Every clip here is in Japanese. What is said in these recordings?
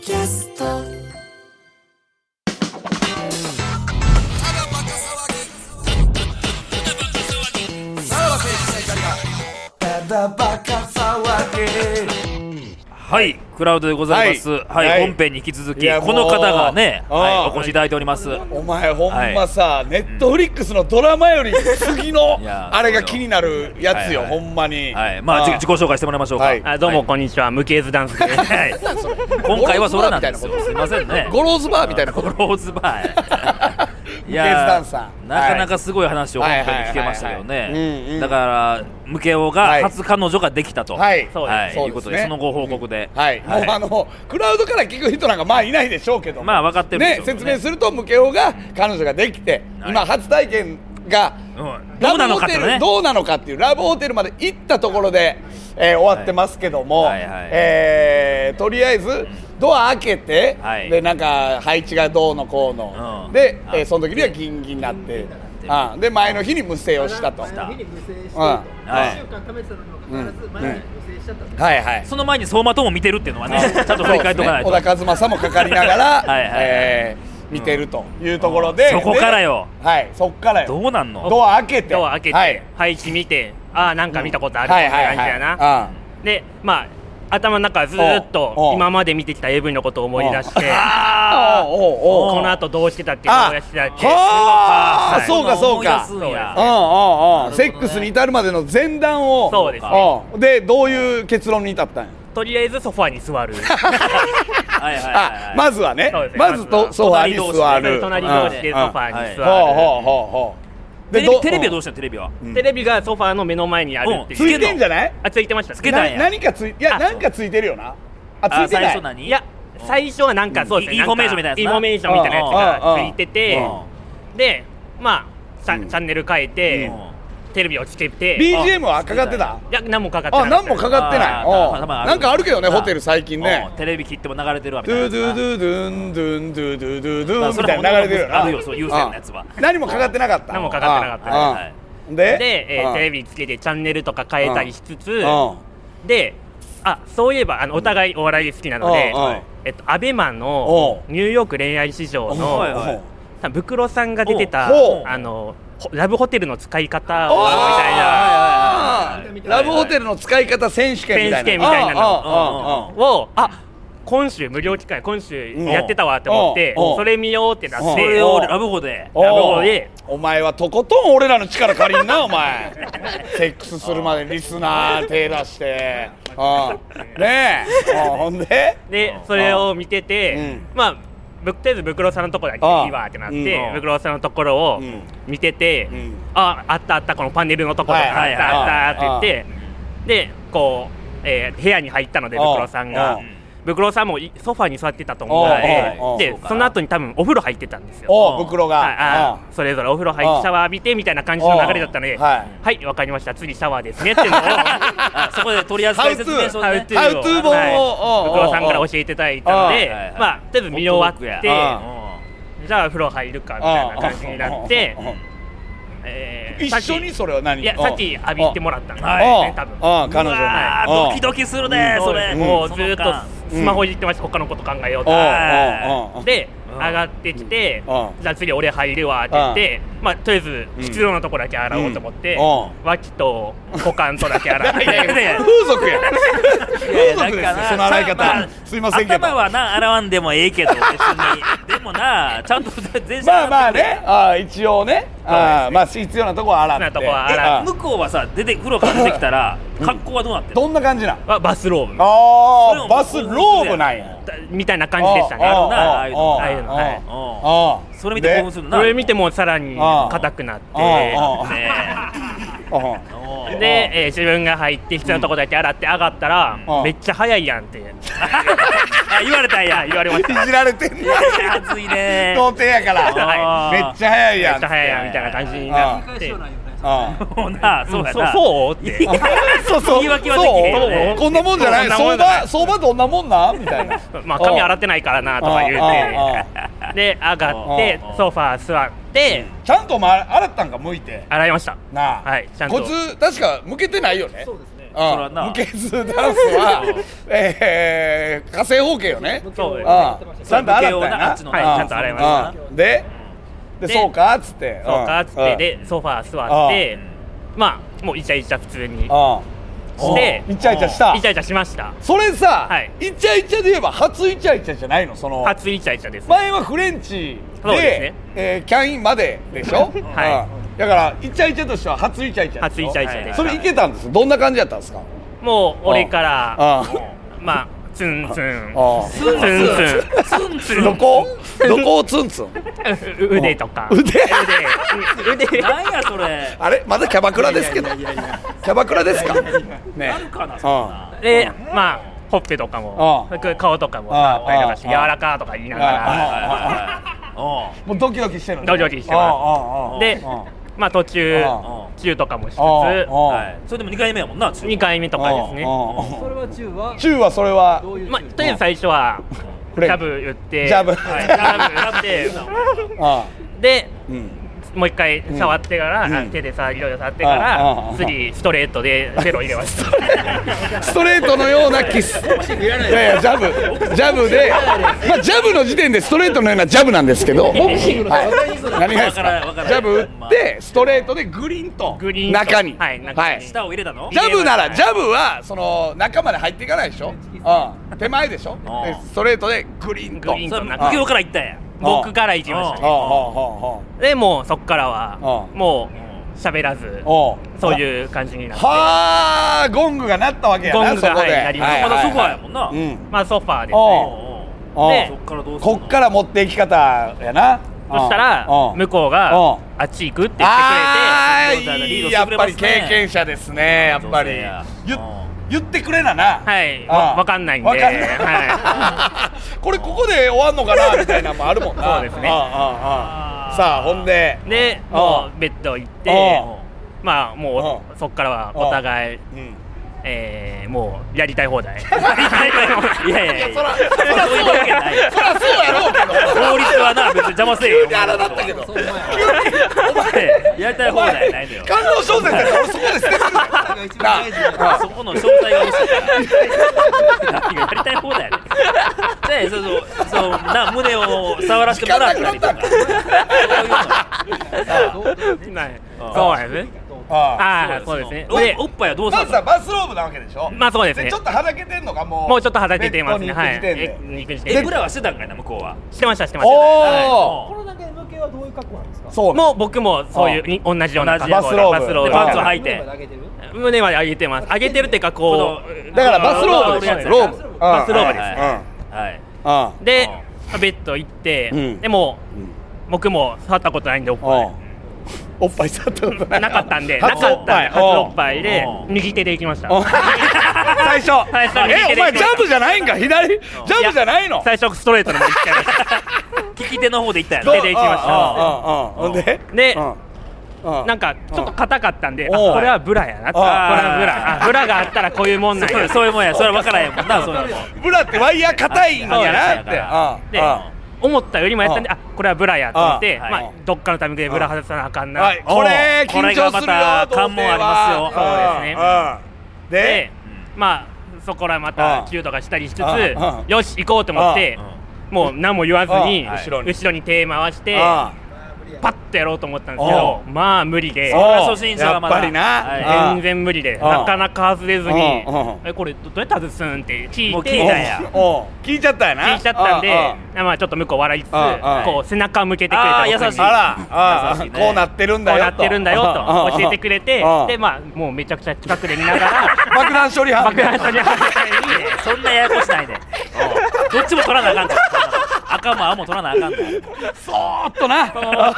キャストはい、クラウドでございます。ははいい、はい本編に引き続いき、やこの方がね、もうあはーい、お越しいただいております。お前ほんまさ、ネットフリックスのドラマより次のいやーあれが気になるやつよ、はいはいほんまに、はい、まあ、自己紹介してもらいましょうか。ははいい、あどうも、こんにちは無形図ダンスです はい、今回はそれなんですよ。すいませんね。ゴローズバーみたいなこゴとローズバー。い無形ダンやサーーなかなかすごい話を本編に聞けましたけどはいはいはいはいうんうんね、だから、ムケオが初彼女ができたと、はいそうですはいそうですねいうことで、そのご報告で、はい、もうあのクラウドから聞く人なんかまあいないでしょうけどまあ分かってるんでしねょうけ説ど明するとムケオが彼女ができて、はい今初体験がうんどラうなブのホかっテてルね、どうなのかっていうラブホテルまで行ったところで、えー終わってますけども、はいはいえーとりあえずドア開けて、はいでなんか配置がどうのこうの、うんで、えーあその時にはギンギンになって、てあで前の日に無声をしたと。したうんははいい前にしたとはいはいその前に相馬とも見てるっていうのはね、ちゃんと振り返っとかないと。そうですね小田和正もかかりながら はいはいえー見てるというところで、うんそこからよではいそこからよどうなんのドア開けてドア開けて、はい配置見てああなんか見たことあるってはいいなはい感じはいやな、あでまあ頭の中ずーっおうおとう今まで見てきた AV のことを思い出してあおうおうおうこの後どうしてたっていうのをやってたってはあはいそうかそうか思い出すんやうんうんうんセックスに至るまでの前段をそうですうんでどういう結論に至ったんやとりあえずソファに座るはいはいはいはあいまずはねそうですねまずとまずソファに座 る隣同士でうんソファにうんほう座ほうほうほうテレビテレビはどううしたのテレビはるテレビがソファの目の前にあるってついういてんじゃないあついてましたつけたんやな何かついいやあなんかついてるよなああついて最ない初何いや最初はなんかそうですねインインフォメーションみたいなやつなインフォメーションみたいなやつがついててうんでまあさうんチャンネル変えてテレビをつけて BGM はかかってたいや何もかかってあなかっ何たもかかってないあおう頭あるなんかあるけどねホテル最近ねうんテレビ切っても流れてるわみドたいなゥやドつなゥドゥドゥンドゥンドゥドゥドゥドゥンまあみたいな流れてるよなそれはもうあるよそう有線のやつはあ何もかかってなかった何もかかってなかったああはいでで、えーあテレビつけてチャンネルとか変えたりしつつ、あであそういえばあのお互いお笑い好きなので、うんうんえっと、アベマおのニューヨーク恋愛市場おはいのはいさブクロさんが出てたおうあのほラブホテルの使い方おをみーたいなあーラブホテルの使い方選手権みたいな選手権みたいなのあああああをあ今週無料期間今週うんやってたわって思っておうおうそれ見ようってなっおうそてれをラブホでおうラブホでお前はとことん俺らの力借りんなお前セックスするまでリスナー手出してうんねえうんほんででそれを見ててうまあぶとりあえずブクロさんのところだけああいいわってなっうてんブクロさんのところをうん見ててうんああったあったこのパネルのところはあいったはいあったああって言ってでこうえー部屋に入ったのでブクロさんああがブクロさんもいソファに座ってたと思うのでああああでそうかその後に多分お風呂入ってたんですよおう袋はいがあうんーそれぞれお風呂入っああてシャワー浴びてみたいな感じの流れだったのでああはいはいわかりました次シャワーですねっていう のをあそこで取り扱い説明書ハウでトねゥー How to 本をはいおうおうおうブクロさんから教えていただいたのでおうおうおうまあとりあえず見終わってあじゃあ風呂入るかみたいな感じになってうんうんうんうんえー一緒にそれは何いやうんさっき浴びてもらったんですはいね多分ああ彼女にあああドキドキするねそれもうずそのーっ間とスマホいじってました他のこと考えようとおうおうおうでうん上がってきてうんじゃあ次俺入るわって言ってまあとりあえずうん必要なとこだけ洗おうと思ってうんう脇と股間とだけ洗っ いやいやいやて風 俗や風俗ですなよんかなその洗いまあ方すいませんけど頭はな洗わんでもええけど別にでもなちゃんと全身まあま洗あってくれねああ一応ねああまあ必要なとこは洗って必要なとこは洗ってああ向こうはさ出て風呂から出てきたら格好はどうなってるのどんな感じなんあバスローブあそれあもバスローブなんやだみたいな感じでしたねあああるなああいうのああああいうのはいああうんそれ見て興奮するるなそれ見てもうさらに硬くなっあああて おで、えー自分が入って必要なとこだけ洗って上がったら、うんめっちゃ早いやんってあ言われたん や言われましたいじられてんね熱いね童貞 やからはいめっちゃ早いめやっんちゃ早いやんみたいな感じになってああもうなそうやそうなそうっていやそうそう言い訳はできへんよねそうこんなもんじゃないこんなも相んじゃな場い相場どんなもんなんみたいなまあ髪洗ってないからなとか言あうあああてで上がってうんソファー座ってちゃんとま洗ったんか向いて洗いましたなあはいちゃんとこいつ確か向けてないよねそうですねそらあな無形ダンス は、えー、火星方形よねそうですああちゃんと洗ったん無形をやなあなっちのはいああちゃんと洗いましたああでででそうかっつってそうかっつってでソファー座ってまあもうイチャイチャ普通にああしてイチャイチャしたイチャイチャしましたそれさ、はいイチャイチャで言えば初イチャイチャじゃないのその初イチャイチャです前はフレンチでそうですねえーキャインまででしょ、、はいだからイチャイチャとしては初イチャイチャで初しょイチャイチャですそれいけたんですどんな感じやったんですかもう俺からあまあツンツンあツンツンツンどこどこをツンツンツンう 腕とか腕 腕腕なんやそれあれまだキャバクラですけどキャバクラですかねあるかなそんあなでまあほっぺとかもあ顔とかもああ触ったりとかしてあ柔あらかとか言いながあらあおもうドキドキしてるのドキドキしてますああああであまあ途中ああ中とかもしつつああうあはいそれでも二回目やもんな中2回目とかですねそれは中は中はそれはどういうまあとりあえず最初はジフレンャブ打ってジャブはいジャブ打って あでうんもう一回触ってから、うんあ手でさいろいろ触ってかあああらあ次ストレートでゼロ入れました ストレートのようなキスいやいやジャブジャブでまあジャブの時点でストレートのようなジャブなんですけどボクシングの何がですわからんわからかんジャブ打ってストレートでグリーンとグリーンと中にはい中に舌を入れたのジャブならジャブはその中まで入っていかないでしょ、うん、手前でしょあでストレートでグリーンとグリーンそれと中無形から行ったんや僕から行きましたああねあでもうそっからはああもう喋らずああそういう感じになってはあゴングが鳴ったわけやなゴングがそこで、はい鳴りまましただソファーやもんなううんんまあソファーですああねああでそっからどうすんこのっから持っていき方やなそしたらうん向こううがん「あっち行く?」って言ってああリードしていくれますねいやっぱり経験者ですねやっぱ女り性や言うん言ってくれななくれてはいああわわかんないんでわかんないはこれここで終わんのかなみたいなのもあるもんな そうですねああああああさあほんでい でああもうベッド行っあてまあもあうそっからはお互いうんえーもうやりたい放 題いやいやいやそらそういうわけないそりゃそうやろうけど法律はな別に邪魔せえよ急にあらだったけどそうお前お前やりたい放題ないのよ官能小説やから俺そこで捨ててるそれが一番大事だからあそこの詳細が欲しいから何がやりたい放題やねんでそうそうそうな胸を触らせてもらったりとかそういうのないそうなんですねああああそうですねおでおっぱいはどうしまたずさのバスローブなわけでしょまあそうですねちょっとはだけてんのかもうもうちょっとはだけてますねはいベッドに行く時点え肉で汁えぐらはしてたんかいな向こうはしてましたしてましたおこの中で向けはどういう格好なんですかおそうもう僕もそういうに同じような同格好じでババススロローでーブブパンツはは履い胸てが上げてる胸は上げてます上げてるっていうかここのうだからバスローブそうですローブそうですババスローブですねはいあであベッド行ってうんでもん僕も触ったことないんでおっああぱおっぱい触ったことないいなかったんでなか初おっんったぱでい初おっぱいでうん右手で行きましたおう 最初最初右え手で行きお前ジましたャブじゃないんか左ジャブじゃないの最初ストレートのも行っちゃいました利き手の方で行ったやどろ手で行きましたああああああほんででうんうんなんかちょっと硬かったんで、あおうこれはブラやなって、これはブラ、あブラがあったらこういうもんなんそうや。 そういうもんやそれは分からへんもんなそういうのもブラってワイヤー硬いんやなってそうやあであ思ったよりもやったんで、ああこれはブラやと思って、あはいまあどっかのタイミングでブラ外さなあかんな。はいこおれう緊張すこれがるまよた関門ありますよそうですねすでで、まあそこらまあたキューとかしたりしつつあ、よし行こうと思ってうん、もう何も言わずにあはい後ろに後ろに手回して、あパッとやろうと思ったんですけど、まあ無理で。あ初心者はまだやっぱりなはいあ全然無理で、あなかなか外れずにあ、え、これどどうやって外すんって聞もうい聞て、いたんやおう聞いちゃったんやな聞いちゃったんでああ、まあちょっと向こう笑いつつ、ああこう背中向けてくれたああ優しいこあら、あ優あしいねこうなってるんうだよとなってるんだよああと教えてくれてああ、、でまあもうめちゃくちゃ近くで見ながら爆弾処理班爆弾さんに話したりいいねそんなややこしないでどっちも取らなあかんから赤も青も取らなあかん からそーっとな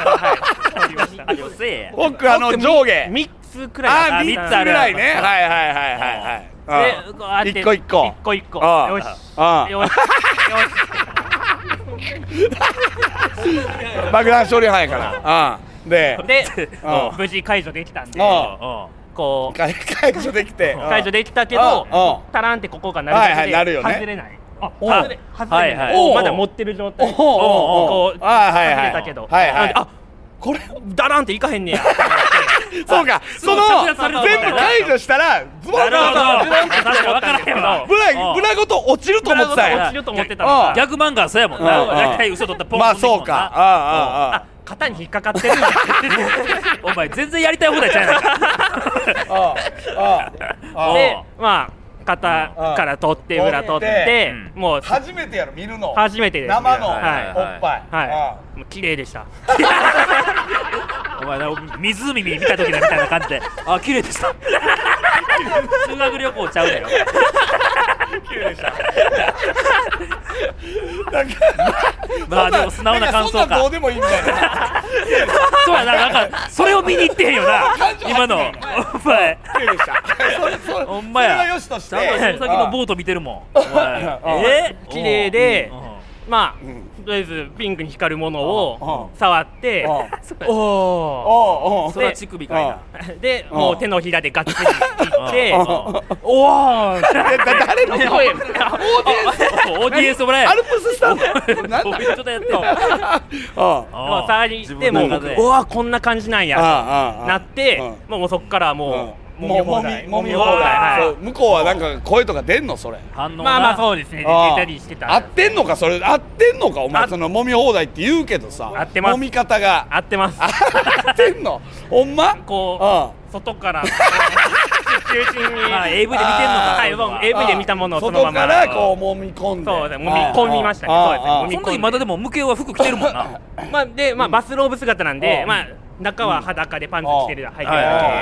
はい取りましたよせえや僕あの上下3つくらいあああ三ったつぐらいねはいはいはいはいはいでこうあっうんて一個一個一個一個ああよしああよし爆弾処理班やからああでよしでああ無事解除できたんであうんこう解解除できて解除できたけああどタランってここがなるはいはいなだるけよでね外れないあおう外れ外れはないいはいおうまだ持ってる状態おうおうおうこうああはいはい外れたけどはいはいなんであこれダランっていかへんねや そうかすごそいの着脱された全部解除したらズボンなるほどズボン確かに分からへんわブうラんブラごと落ちると思ってたん落やちると思ってたのがうんギャグ漫画はそうやもんうんうんな大体嘘取ったらポンまあ飛んでいくそもうんかなああああああ肩に引っかかって るんやお前全然やりたい放題ちゃうやないかああああ でまあ肩から取ってうん裏取って取ってもう初めてやろ見るの初めてです生のおっはいぱいあはいもう綺麗でしたお前な湖見た時だみたいな感じであ綺麗でした 修学旅行ちゃうだよあなんか まあでも素直な感想んかそんなんどかうでもいいみたい なそうやななんかそれを見に行ってへんよな今のお前綺麗でしたそれそれほんまやそれはよしとしちゃんとそての先のボート見てるもんお前うんえ綺麗でうんうんまうんあとりあえずピンクに光るものうをんうん触ってうんそうおおうおうそれは乳首かいなーでうんもう手のひらでガッツリ切ってうんおおーえだ誰の声オーオーディエンスもらえアルプススタンドなんだちょっとやってよあああまあ、触りに行ってももう僕うわこんな感じなんやああなってうんもうもうそこからはもううんもみ放題ももみみもみ放題そはう向こうはなんか声とか出んのそれ反応いまあまあうそうですね出ああたりしてた合ってんのかそれ合ってんのかお前あその揉み放題って言うけどさ合ってます揉み方が合ってます合ってんのほんまこう外 から中心にまあ AV で見てんのかあーはいもう AV で見たものをそのまま外からこう揉み込んでそうですね揉み込みましたねああそうですねああ揉みその時まだでも無形は服着てるもんなまあでまあバスローブ姿なんうでんまあ中は裸でパンツ着てるうん履いてるだけ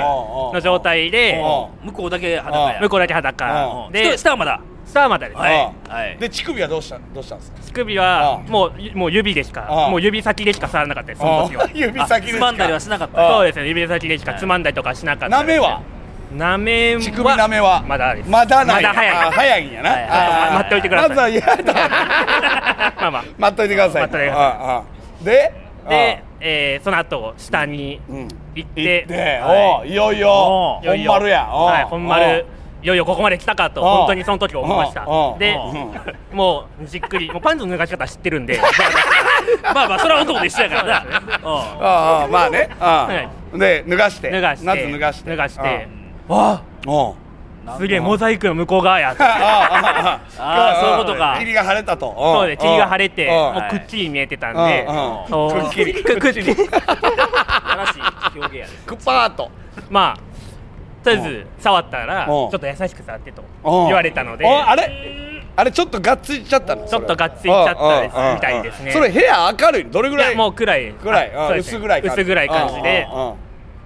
の状態でうん向こうだけ裸や向こうだけう裸うんでで下はまだスターまだですはいはいで乳首はどうしたどうしたんですか乳首うはんもうゆもう指でしうかんもう指先でしか触らなかったですその 時はあ指先ですつかまんだりはしなかっあたそうですね指先でしかつまんだりとかしなかったなめはなめは乳首なめはまだですまだなまいだ早いあ早いんやなはいはいああ待っておいてくださいまずは嫌だ まあまあ待っといてください待っといてくださいああでで、えーその後下にああうん行っ、行っててはいおういよいよおういよ本いよ丸やおうはい、本お丸ういよいよここまで来たかとおう本当にその時思いましたおうでおうもうじっくりもうパンツの脱がし方知ってるん でまあまあそれは男と一緒やから なうんああまあねああで脱がして脱がして夏脱がして脱がしてああおうすげえモザイクの向こう 側やとあ ああああそういうことか霧が晴れたとそうで霧が晴れてうんもうくっきり見えてたんでうんそうくっきりくくっきり新しい表現やでクパーと まあとりあえず触ったらんちょっと優しく触ってとうん言われたのでおあれあれちょっとがっついちゃったのちょっとがっついちゃったですうんうんうんみたいですねそれ部屋明るいどれぐいらいやもう暗い暗いうんそうですね薄暗い感じ薄暗い感じでうんうんうん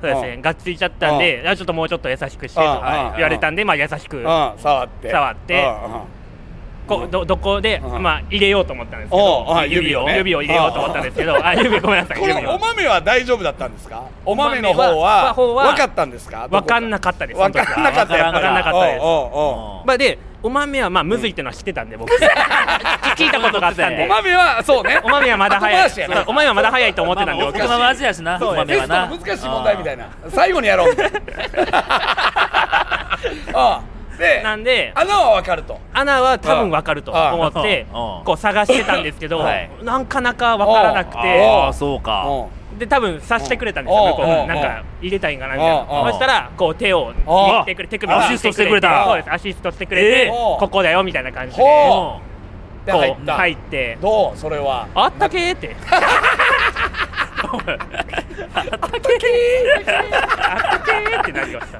そうですうね、がっついちゃったんうで、あちょっともうちょっと優しくしてとうんはいうん言われたんで、まあ、優しくうん触って触ってうんうんこどどこで、うんまあ、入れようと思ったんですけおうあど、指指ををね指を入れようと思ったんですけど、あ指、ごめんなさい、こ指のおを。豆は大丈夫だったんですかお豆のお方豆はは方は分かったんですか分かんなかかったです、分かんなかったやっぱり分かんなかったですおうおうおうまあ、で、お豆はまあむずいっていうのは知ってたんで、僕、聞いたことがあったんおで、豆はそうね お豆はまだ早い、後回しやそなうお豆はまだ早いと思ってたんで、まあまあ僕大人の味やしなそうお豆テはストなの難しい問題みたいな最後にやろうみたいな ああでなんで、穴は分かると穴は多分分かると思ってうんうん、こう探してたんですけどはい、なかなか分からなくて。ああそうか で多分察してくれたんですようん向こううがんなんか入れたいんかなみたいうんなそしたらこう手を握ってくれ手首をあ握っあそうですアシストしてくれてえーここだよみたいな感じでほこううで入った入ってどうそれはあったけーってあったけーあったけーってなりま した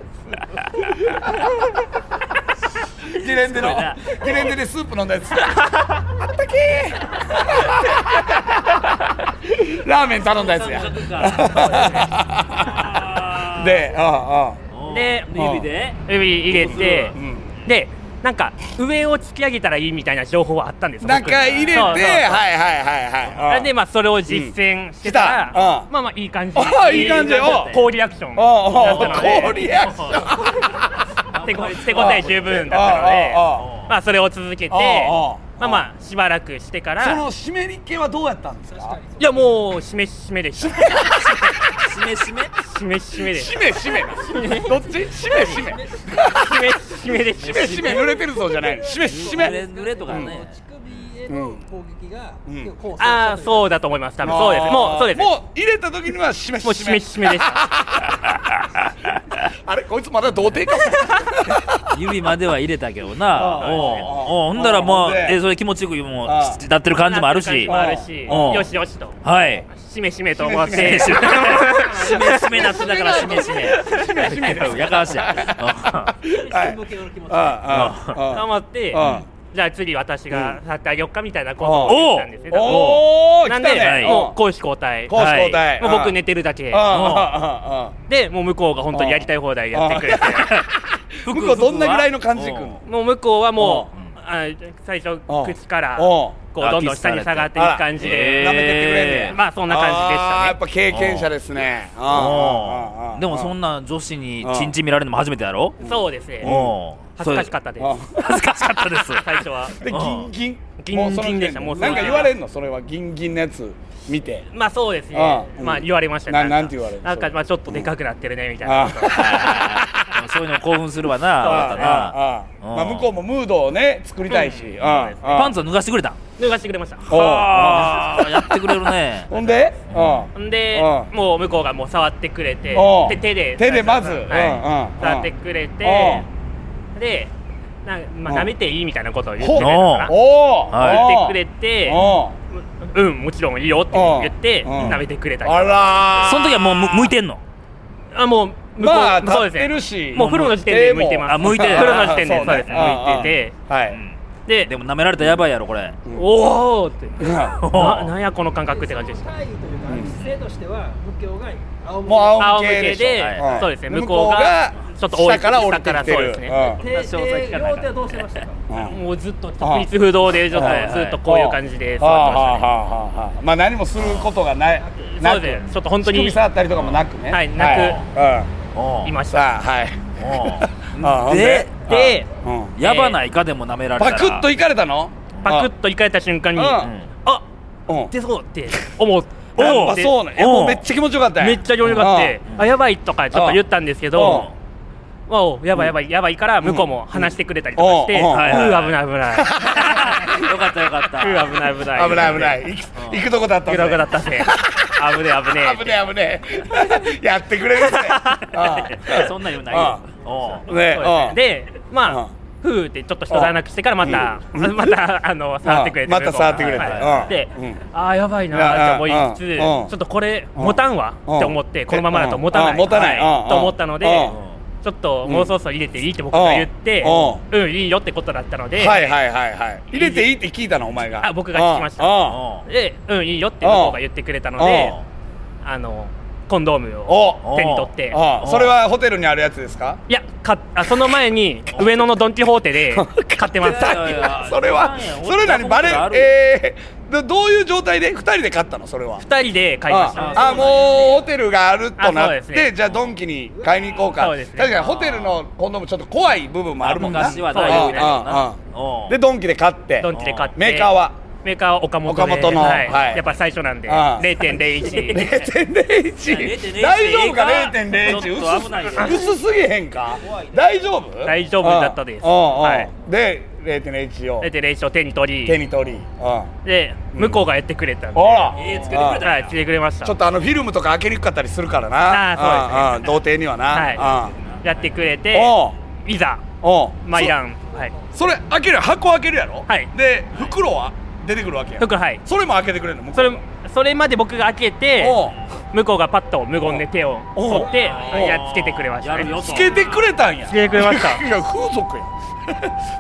ゲレンデのすごいなゲレンデでスープ飲んだやつあったけーラーメン頼んだやつやそう かであああうんで指で指入れてうんでなんか上を突き上げたらいいみたいな情報はあったんですよ中入れてそうはそういそうはいはいはいうんでまあそれを実践してたら、うんうんまあまあいい感じあいい感じお高リアクションだおうおうったので高リアクシ 手こ手応え十分だったのでおうおうおうまあそれを続けておうおうまあまあしばらくしてからその湿り気はどうやったんですかいやもうしめしめでしたしめしめしめしめでししめしめなどっちしめしめ めしめでししめしめ濡れてるそうじゃないのしめしめ濡れとかね乳首への攻撃が、うん結構ああ、そうだと思います。多分そうです。もう、そうです。ももう入れた時にはしめしう、しめしめでした。あれこいつまだ童 貞かも指までは入れたけどなあおうーあーおうほんだらまあーあでえそれ気持ちよくもうあー立ってる感じもあるしもあるし、うんよしよしと。はいしめしめと思って。しめしめなってたからしめしめ やかましいやはい向けの気持ちああああ頑張ってうん、じゃあ次私が去ってあげよっかみたいなことうんを言ってたんですけど、おお来なたんで、はいねもう攻守交代。攻守交代はいもう僕寝てるだけ。あああああで、もう向こうが本当にやりたい放題やってくれて。あ 向こうどんなぐらいの感じでくんのうもう向こうはもう、あ最初うん口からおこうどんどん下に下がっていく感じえであら舐めてってくれんねまあそんな感じでああやしったぱね経験者ですねああああああでもそんな女子にうんチンチン見られるのも初めてやろそうですねおう恥ずかしかったですあ 恥ずかしかったです最初はでうんギンギギンギンンもうその時点でしたもうそのなんか言われんのそれはギンギンのやつ見てまあそうですねああうんまあ言われましたなねなんて言われるなんそかれまあちょっとでかくなってるねみたいあなあでもそう いうの興奮するわなああなたなあああまあ向こうもムードをね作りたいしああああパンツは脱がしてくれた脱がしてくれましたおうああやってくれるねほんでああんでああもう向こうがもう触ってくれておうで手で手でまずはいうんうん触ってくれておでなんかまうんあ舐めていいみたいなことを言ってほくうれたから言おうはいっおてうくれておううん、もちろんいいよって言って、うんうん舐めてくれたりとあか。らーその時はもうむ向いてんのあ、もう、向こう、まあそう立っですてね。るしもう風呂の時点で向いてます。あ向いてる風呂の時点で、あそうですね。向いてて。ああはういんで、でも舐められたらやばいやろこれうんおおって。うんな、なんやこの感覚って感じでした。大義というか姿勢としては仏教が青もう仰仰向向けけでしょで、はいんそうですね。向こうが、ちょっと多い下から降りてきて下からそうるですね。私手はそう手聞かない両か手らはどうしてましたかうんうんもうずっと直立不動で、ちょっとずっとこういう感じでは座っあはてまあはあはあはあまあ何もすることがないなそうですちょっと本当に乳首触ったりとかもなくねはいなくはした。おういいうんました。さあはい おうあほんでであうんやばないかでも舐められたパらクッといかれたのパクッと行かれた瞬間に、うんあ、うん出そうって思って。 やっぱそうねえおうもうめっちゃ気持ちよかったやんめっちゃ行列があってう、んあ、やばいとかちょっと言ったんですけど、わお、やばいやばいやばいから、向こうも話してくれたりとかして、うんううんー、はいはい危ない危ない。 よかったよかったうー、危ない危ない。危ない危ない。行く行くとこだったグぜラグラだったぜ。危ねえ危ねえ。 危ねえ危ねえ やって くれるぜああそんな言うないよおうねそううんですねで、うんまあ、ふーってちょっと人だなくしてからまた、また、あの、触ってくれて。また触ってくれてはいうんでうん、あー、やばいなーって思いつうんうつ、んちょっとこれ、持たんわうんって思って、このままだと持たなうい。ん持たないはうんと思ったのでうん、ちょっともうそろそろ入れていいって僕が言って、ううん、いいよってことだった ので、はいはいはいはい入れていいって聞いたのお前があ僕が聞きましたうんうんおうで、うん、いいよって向こうが言ってくれたのでうん、あの、コンドームおを手に取って、あそれはホテルにあるやつですかいや、かあその前に上野のドン・キホーテで買ってます。いやいやそれは知らんやんそれなにバ俺レ食べたことあるえーどどういう状態で2人で買ったのそれは二人で買いました。ああもうホテルがあるとあそうなっですてねじゃあドンキに買いに行こうかそうですね確かにホテルのコンドームちょっと怖い部分もあるもんな昔はなそうよくねなうんうんうんおうでドンキで買ってドンキで買って。メーカーはメーカーは岡本で。岡本のはいはいやっぱ最初なんで、ああ 0.01。 0.01 0.01大丈夫ちょかっ0.01と薄危ないよす薄すぎへんか大丈夫大丈夫だったですうんうんうんはいで0.01を0.01を手に取手り、に取りうんあで、向こうがやってくれたんで。らええつけてくれたはい、来てくれました。ちょっとあのフィルムとか開けにくかったりするからなあうんうん童貞にはなはうんい。やってくれて、おういざ、おうマイラン。はい。そそれ開ける箱開けるやろはいで袋は出てくるわけや服、はい。それも開けてくれるの向こそうれ、それまで僕が開けて、おう向こうがパッと無言で手をおう取って、おうやっつけてくれましたやるねよ。つけてくれたんやつけてくれましたいや風俗や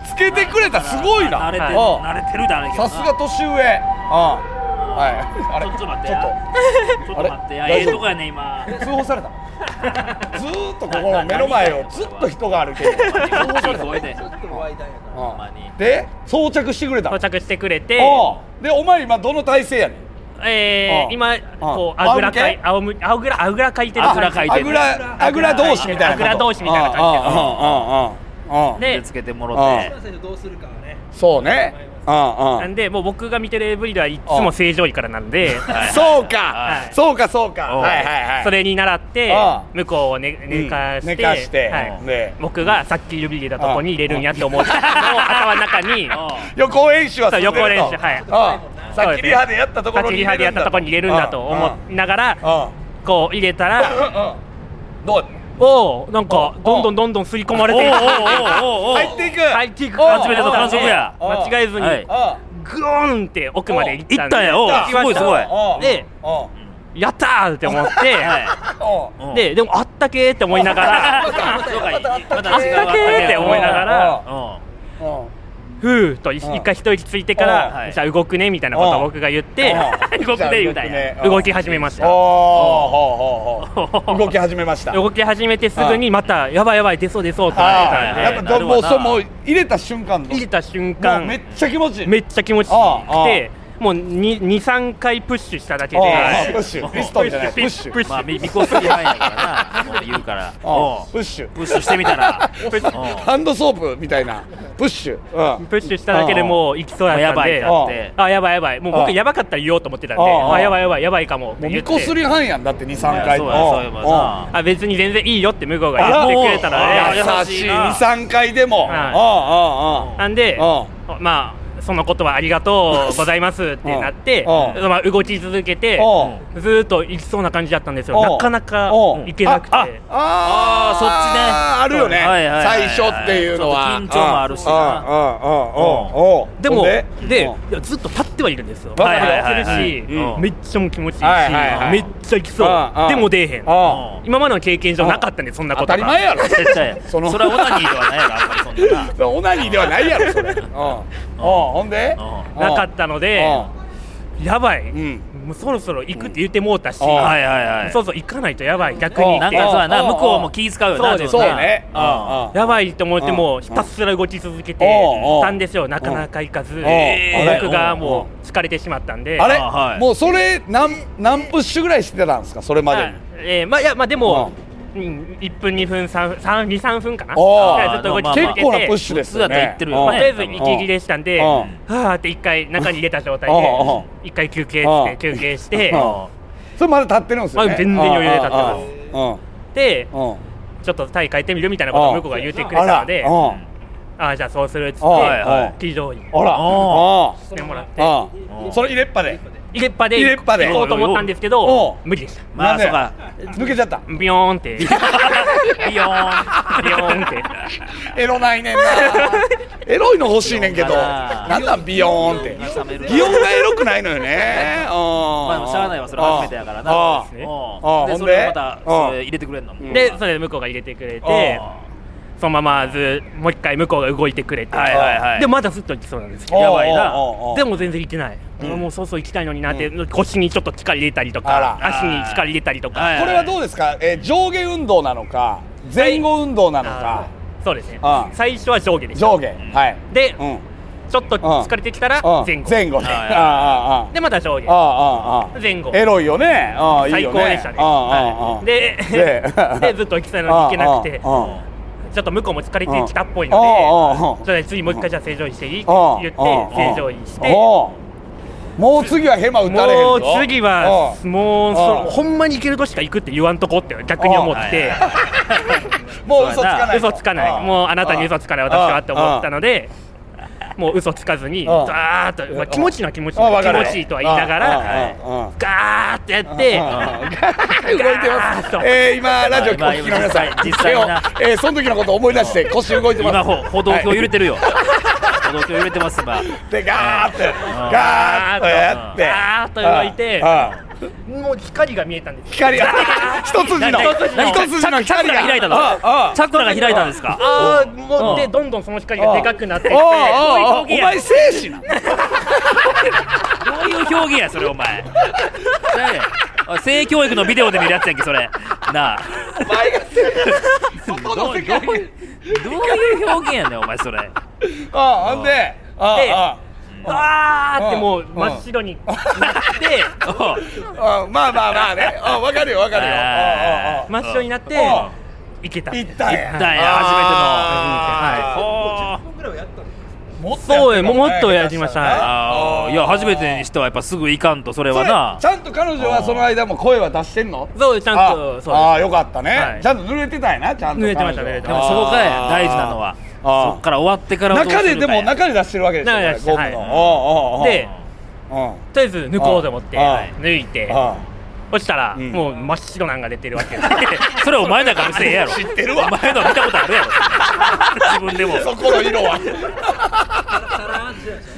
つけてくれたすごいな慣れてるうん慣れてるだねさすが年上。あ あ。はい。あれちょっと待ってちょっちょっと待ってやあれええとこやね今と通報された。 ずーっとここの目の前をずっと人が歩ける。大きい声でちょっとワイダンやからあまにあで装着してくれた。到着してくれて、ああでお前今どの体勢やねん。えうんー、今、こう、あぐらかい、あおむ、あぐら、あぐらかいてるあぐらかいてあるぐ。らあぐら同士みたいなこと。あぐら同士みたいな感じああああああああ。でつけてもろあてあ最初どうするかはねそうね。うん。あなんでもう僕が見てる AV ではいつも正常位からなんであそうか、はいそうかそうかおうはいはいはいそれに習ってああ向こうを寝うん寝かして,、寝かしてはいで僕がさっき指入れたとこに入れるんやって思ってたのを頭の中に予行演習はそう進んでると予行演習はいああそうですさねっきリハでやったところ立ちにリハでやったとこに入れるんだと思いながらあこう入れたあらああどうおおなんかあどんどんどんどん吸い込まおれおていくおおおお入っていく入っていくおう感じめた感じおうやおう間違えずにはいあグーンって奥まで行った行ったんやおう行きすまごいしすたごいあであやったーって思って、ああうんででもあったけーって思いながらまたあまそうかたまたまたったけ違うわーって思いながらうんうんふーっと一うん一回一息ついてかうんはらいじゃあ動くねみたいなことを僕が言って うん動くねみたいじゃあ動くねなうん動き始めましおーたほうほうほう動き始めました動き始めてすぐにまたやばいやばい出そう出そうってなあっあてはいやたっんぱなどるもわうなそうもう入れた瞬間で入れた瞬もう間めっちゃ気持ちいいめっちゃ気持ちああああくてもう23回プッシュしただけでああプッシもュうピストンじゃないププッッシシュュまあ、み見越す気配ないからな、もう言うから、あおあうプッシュプッシュしてみたら、ハンドソープみたいなプッシュうんプッシュしただけでもう行きそうやったんでもうやばいなってあやばいやばいもうあ僕やばかったら言おうと思ってたんであああああやばいやばいやばいかもってもう言みっこすてり半やんだって23あ回そうや、そうや、うんあ別に全然いいよって向こうがあ言ってくれたあらね優優ししいいな23回ではいもあなんであまあその言葉ありがとうございますってなってああまあ動き続けてあずーっと行きそうな感じだったんですああよなかなかああ行けなくあてああーそっちねあるよねはいはいはい最初っていうのはちょっと緊張もあるしななでもでうんいやずっと立ってはいるんですよ立っわてかるはいるしはいはいめっちゃもう気持ちいいしはいはいはいめっちゃ行きそああああうでも出えへんあうん今までの経験上なかったんでそんなこ当とたり前やろ絶対やそそのれはオナニーではないやろ、あんまりそんなな。オナニーではないやろそれうんうんほんでうんなかったのでやばいうんもうそろそろ行くって言ってもうたしうんあはいはいはい。そうそう行かないとやばい逆にあっなんてかそうやな、ああ向こうも気使うよそな、うちでょすっそとうなねうんあやばいと思ってもうんひたすら動き続けうんてたんですよなかなか行かずんえあーれ僕がもう疲れてしまったんでああはれいもうそれ何何プッシュぐらいしてたんですかそれまでにえーまあいやまあでもうん1分2分23分かなおーぐらいずっと動きまあ続結まあけ構なプッてシュですよ普通だと言ねってるうんよまあねとりあえず息切れしたんでうんはーって一回中に入れた状態うんでうん一回休憩うしんて休憩してうんそれまだ立ってるんですよねあ全然余裕で立ってますますでうんうんちょっと体変えてみるみたいなことを向こうが言ってくれあたらのでうんあーじゃあそうするっつってはいはい非常にあらおうんそのでもらっまあうあんそれ入れっぱで入れっぱで入れっぱで行こうと思ったんですけおうど無理でしたまあ、そうか。抜けちゃったビヨーン ってビヨビヨーン。ーンってエロないねんなエロいの欲しいねんけエロどいななんなんビヨーンって目覚める擬音がエロくないのよねうんまあでもしゃあないわそれ初めてやからなああそうですうねあんほでんでそれをまたうんそれ入れてくれんのもうでそれで向こうが入れてくれあてあそのままずもう一回向こうが動いてくれてはいはいはいでまだずっと行きそうなんですけああどやばいなああああでも全然行けないうんもうそうそう行きたいのになって腰にちょっと力入れたりとあから足に力入れたりとはいかこれはどうですかえー上下運動なのか前後運動なのかあーそうですねああ最初は上下でした上下はいでうんうんちょっと疲れてきたら前後前後ねはいはいああああでまた上下ああああ前後エロいよねああいい最よ高でしたねああああああでで でずっと行きたいのに行けなくてちょっと向こうも疲れてきたっぽいのうんで、じゃあ次もう一回じゃあ正常位していいってああ言ってああ正常位して、ああもう次はヘマ打たれへんもぞう次はああもうああそほんまに行けるとしか行くって言わんとこって逆に思ってあ、もう嘘つかない嘘つかない、もうあなたに嘘つかない私はって思ったので、もう嘘つかずに、ああザーっと、まあ、気持ちいいのは気持ちいいあわ気かる持ちいいとは言いながああら、ああああガーってやって、動いてますガーッとえー今ラジオお聞きの皆さんまあ今実際な手をえーその時のことを思い出して腰動いてます今ほ歩道橋揺れてるよ歩道橋揺れてます今でガーッてんガーッとやってガーッと動いてああもう光が見えたんですよ光が一筋の何何一筋のチャク光ラがが開いたあああのチャクラが開いたんですかあーもううんでどんどんその光がでかくなってきておうおうおうおこういう表現や前精子なのどういう表現やそれお前何やねんおい性教育のビデオで見るやつやんけそれなあお前が精子外の世界にどういう表現やねんお前それああほんでであわーってもううん真っ白になっておうあああまあまあまあねああわかるよわかるよはいああああ真っ白になってうんいけた行ったんや行ったんやあ初めてのはいあ分ぐらいはやったんですももっとそやってたうよもんねもっとやりましたはいあーいや初めてにしてはやっぱすぐいかんとそれはなちゃんと彼女はその間も声は出してんのそうちゃんとそうああよかったね、はいちゃんと濡れてたんやなちゃんと濡れてました彼女でもそこからやあー大事なのはあーそっから終わってからをどうす中でるでかやも中で出してるわけでしょ中で出してゴムのはいおうおうおうでうんとりあえず抜こうと思ってああはい抜いてあ落ちたらうんもう真っ白なんか出てるわけです それお前なんか見せえ やろ知ってるわお前の見たことあるやろ自分でもあそこの 色はタラーンってしてたでしょ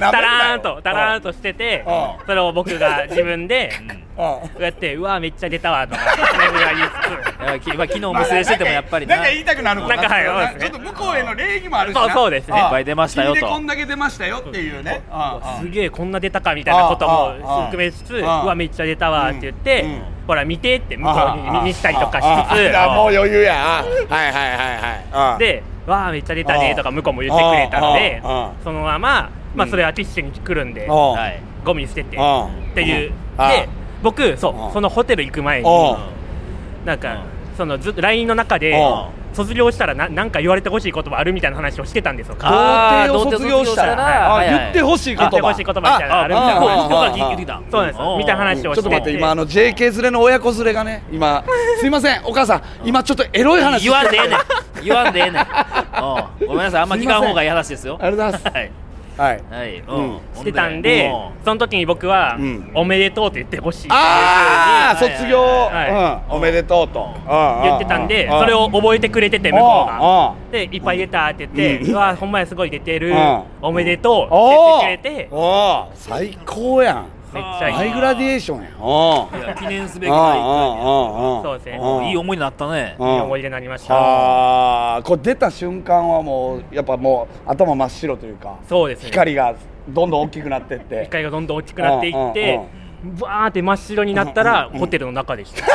ダタラーンとタラーンとしててああそれを僕が自分でこうやってうわめっちゃ出たわとか自分が言いついやきまあ昨日無制しててもやっぱりななんか言いたくなるもんなんかはいそうですねちょっと向こうへの礼儀もあるしなそうそうですねああいっぱい出ましたよと君でこんだけ出ましたよっていうねあああつあすげえこんな出たかみたいなことああもあ含めつつうああわめっちゃ出たわって言ってうんうんほら見てって向こうに見見したりとかしつああああもうつ余裕やああはいはいはいはいああでわあめっちゃ出たねとか向こうも言ってくれたんでああああそのまままあうんそれはティッシュに来るんでああはいゴミ捨ててああっていうああで僕あそあうそのホテル行く前にああなんかそのずっと LINE の中であ卒業したらななんか言われてほしい言葉あるみたいな話をしてたんですよあー童貞を卒業童貞を卒業ししたたららあはいはい言ってほしい言葉言ってほしい言葉みたいなのあるみたいなああああ向こうが聞いてきたそうなんですみたいな話をちょっと待ってして今あの JK 連れの親子連れがね今すいませんお母さん今ちょっとエロい話言わんでええねあん言わんでえ えねんうんごめんなさいあんま聞かん方がいい話ですよりがとうございますはいはいはいうんうんほしてたんでもうその時に僕はうん「おめでとう」って言ってほしいってああはいはい卒業はうんおめでとうと言言ってたんでそれを覚えてくれてて向こうが。でいっぱい出たって言って「ううわほんまやすごい出てるうんおめでとう」おって言ってくれておおー最高やんめっちゃハいイいグラディエーションやんおいーや記念すべうきんなうんうんそうですねうんいい思いになったねうんいい思い出になりましたはあこれ出た瞬間はもうやっぱもう頭真っ白というかそうですね光がどんどん大きくなってって光がどんどん大きくなっていってバーって真っ白になったらホテルの中でしたい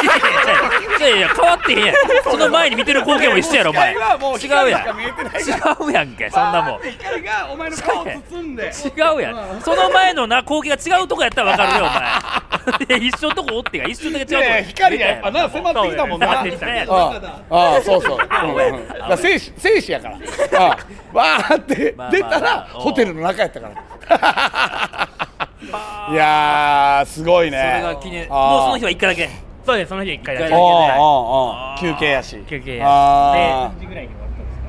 やいやいやいや変わってへんやんその前に見てる光景も一緒やろお前違光はもうう光やしか見えてないかん違うやんけそんなもんバーって光がお前の顔を包んで違うやんその前のな光景が違うとこやったらわかるよお 前いや一緒のとこおってが一緒だけ違ういとこやいや光がやっぱな迫ってきたもんな迫ってきたねああああそうそう、うんうん、だから生死生死やからああわーってまあまあ出たらうんホテルの中やったから いやーすごいねそれが記念もうそああの日は一回だけそうですその日一回だ一け回だけおうおうおう休憩やし休憩あであ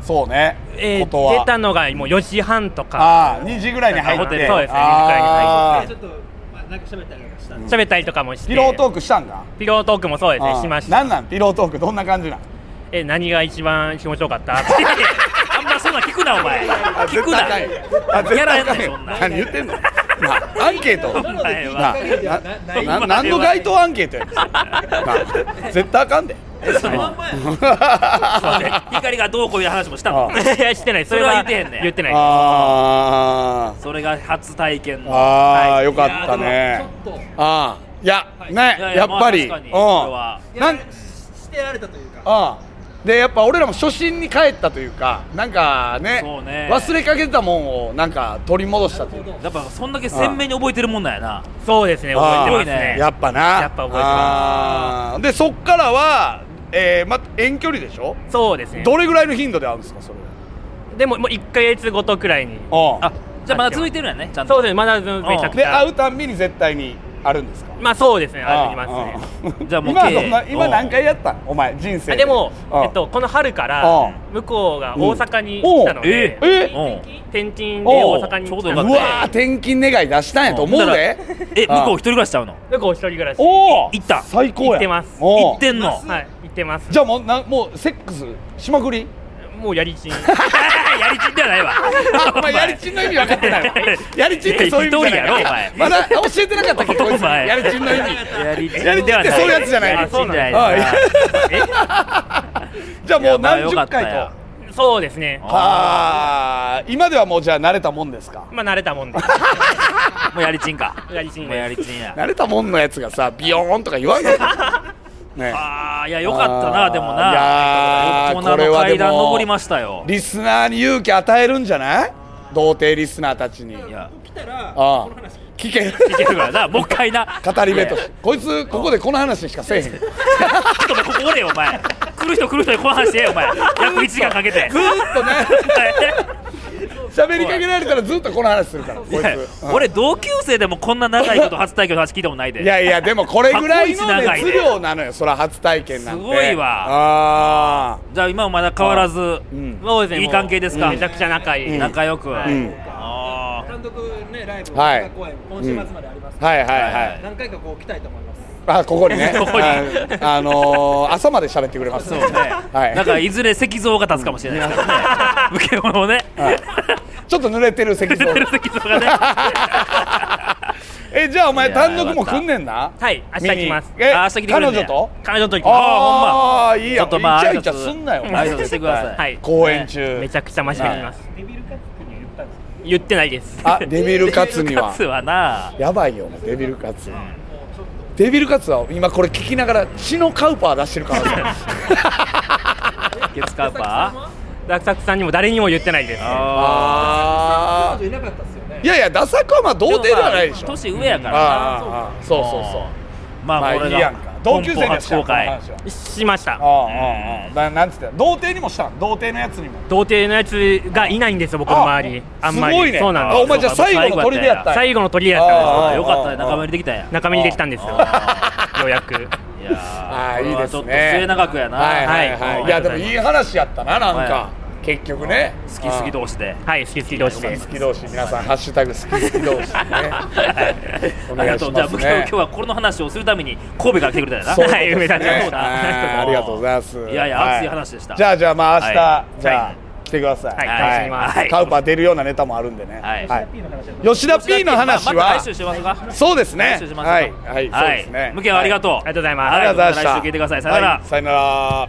そうね、えことーは出たのがもう4時半とかああ2時ぐらいに入ホっテてルそうですねあでちょっと、まあ、なんか喋ったりとかしたんです喋ったりとかもしてピロートークしたんかピロートークもそうですねしましなたんなんピロートークどんな感じなんえ何が一番気持ちよか ったいやいやあんまそんなん聞くなお前聞くなやらへんねんそんなん何言ってんのなあアンケー トなので聞いた限りではなないなな何の街頭アンケートやねんな絶対あかんで そのまんまやんそうね光がどうこういう話もしたもんあいやしてないそれそれは言はってへんねん言ってないあそれが初体験ーのあはーいよかったねちょっとああいやねいやいやっまあぱり確かにうそんれはななんんしてられたというかああでやっぱ俺らも初心に帰ったというかなんかねそうね忘れかけてたもんをなんか取り戻したというかやっぱそんだけ鮮明に覚えてるもんなんやなそうですねああ覚えてますねやっぱなやっぱ覚えてますああでそっからは、えーま、遠距離でしょそうですねどれぐらいの頻度で会うんですかそれでももう1か月ごとくらいにはああじゃあまだ続いてるんやねちゃんとそうですねまだめちゃあくちで会ゃうたんびに絶対にあるんですかまあそうですねありますねああじゃあもう今は計どんな今うん何回やったんお前人生あでも、うんえっと、この春かうんら向こうが大阪に来たので、うんえうん転勤でおう大阪にちょ来うどたようかのっでたわー転勤願い出したんやと思うだからでえ向あこう一人暮らしちゃうの向こう一人暮らしおお行った最高や行ってますおう行ってんのはい行ってますじゃあもうなもうセックスしま くりもうやりちん やりちんではないわお前やりちんの意味分かってないわやりちんってそういう意味じゃない一人やろお前まだ教えてなかったっけこいつお前やりちんの意味やりちんやりちんってそういうやつじゃないやりちんじゃないああいやえじゃいあもうやまあ何よ十かっ回たよとそうですねああ今ではもうじゃあ慣れたもんですかまあ慣れたもんでもうやりちんかやりちんですもうやりちんや慣れたもんのやつがさビヨーンとか言わんよねああいやよかったなでもいやなー大人これのはで階も段登りましたよリスナーに勇気与えるんじゃない童貞リスナーたちにいや来たらああこの話聞聞けいけるからなもう一回な語り部といやしてこいつここでこの話しかせえへんずーっちょっとお前ここおれよお前来る人来る人にこの話してお前約1時間かけてとね喋りかけられたらずっとこの話するからこいいやつうん俺同級生でもこんな長いこと初体験の話聞いたもないでいやいやでもこれぐらいの過去一長い熱ね量なのよそら初体験なんてすごいわあじゃあ今もまだ変わらずんそうですねいい関係ですかもうめちゃくちゃ仲いい、うん仲良く、あうんあー単独ねライブはい大阪公演今週末までありますからはいはいはい何回かこう来たいと思いますあここ にねここにああのー朝まで喋ってくれますそうね、はいなんかいずれ石像が立つかもしれないですからね受け物をね、はいちょっと濡れてる石出て像る石像がね えじゃあお前単独も来んねんなはい明日行きます見にえあ明日来てくれ彼るんで女と彼女の時もあああいいちょやっとまあイチャ挨イチャ拶すんなよお前挨拶してください、ーはい公演中めちゃくちゃ真面目に言いますデビルカップに言ったんですけ言ってないですあデビルカツには勝つはなやばいよお前デビルカツデビルカツは今これ聞きながら血のカウパー出してるから月カウパダクサクさんにも誰にも言ってないですーああどいなかったっすよねーいやいやダサくはまあ童ー貞ではないでしょもまあ年上やからなあーあーそうそうそうままああこいれいやんがか同級生本邦でし初た公開この話はしましたああああああななんつってた童貞にもしたん童貞のやつにも童貞のやつがいないんですよ僕の周りあんますりごいねそうなんあでお前じゃあ最後の砦やったんや最後の鳥やったんあーでよかったね仲間入りできたんやす中身にできたんですよあようやくいやーああいいこれではちょすっとね末永くやな、はいはいははい、、いいやでもいい話やったななんか、は結局ね好きすぎ同士ではい好き好き同士で好き同士皆さん「ハッシュタグ好き好き 同士」ねあおり願がいとしう。じゃまあ、す僕は今ね日はこれの話をするために神戸から来 てくれたよな。そうはい梅田ちゃんねもだはいありがとうございますいやいやは熱い話でしたじゃあじゃあまあ明日、はじゃあ、は来てくださいはい楽しみますはいカウパー出るようなネタもあるんでね、はい吉田 P の話は、まあまた来週しますか。そうですね来週しますか。はいはい、そうですね向井はありがとう。ありがとうございますありがとうございまし来た週聞いてください。さよならは。さよなら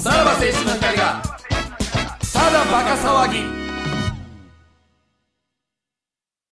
さらば青春の光がただバカ騒ぎ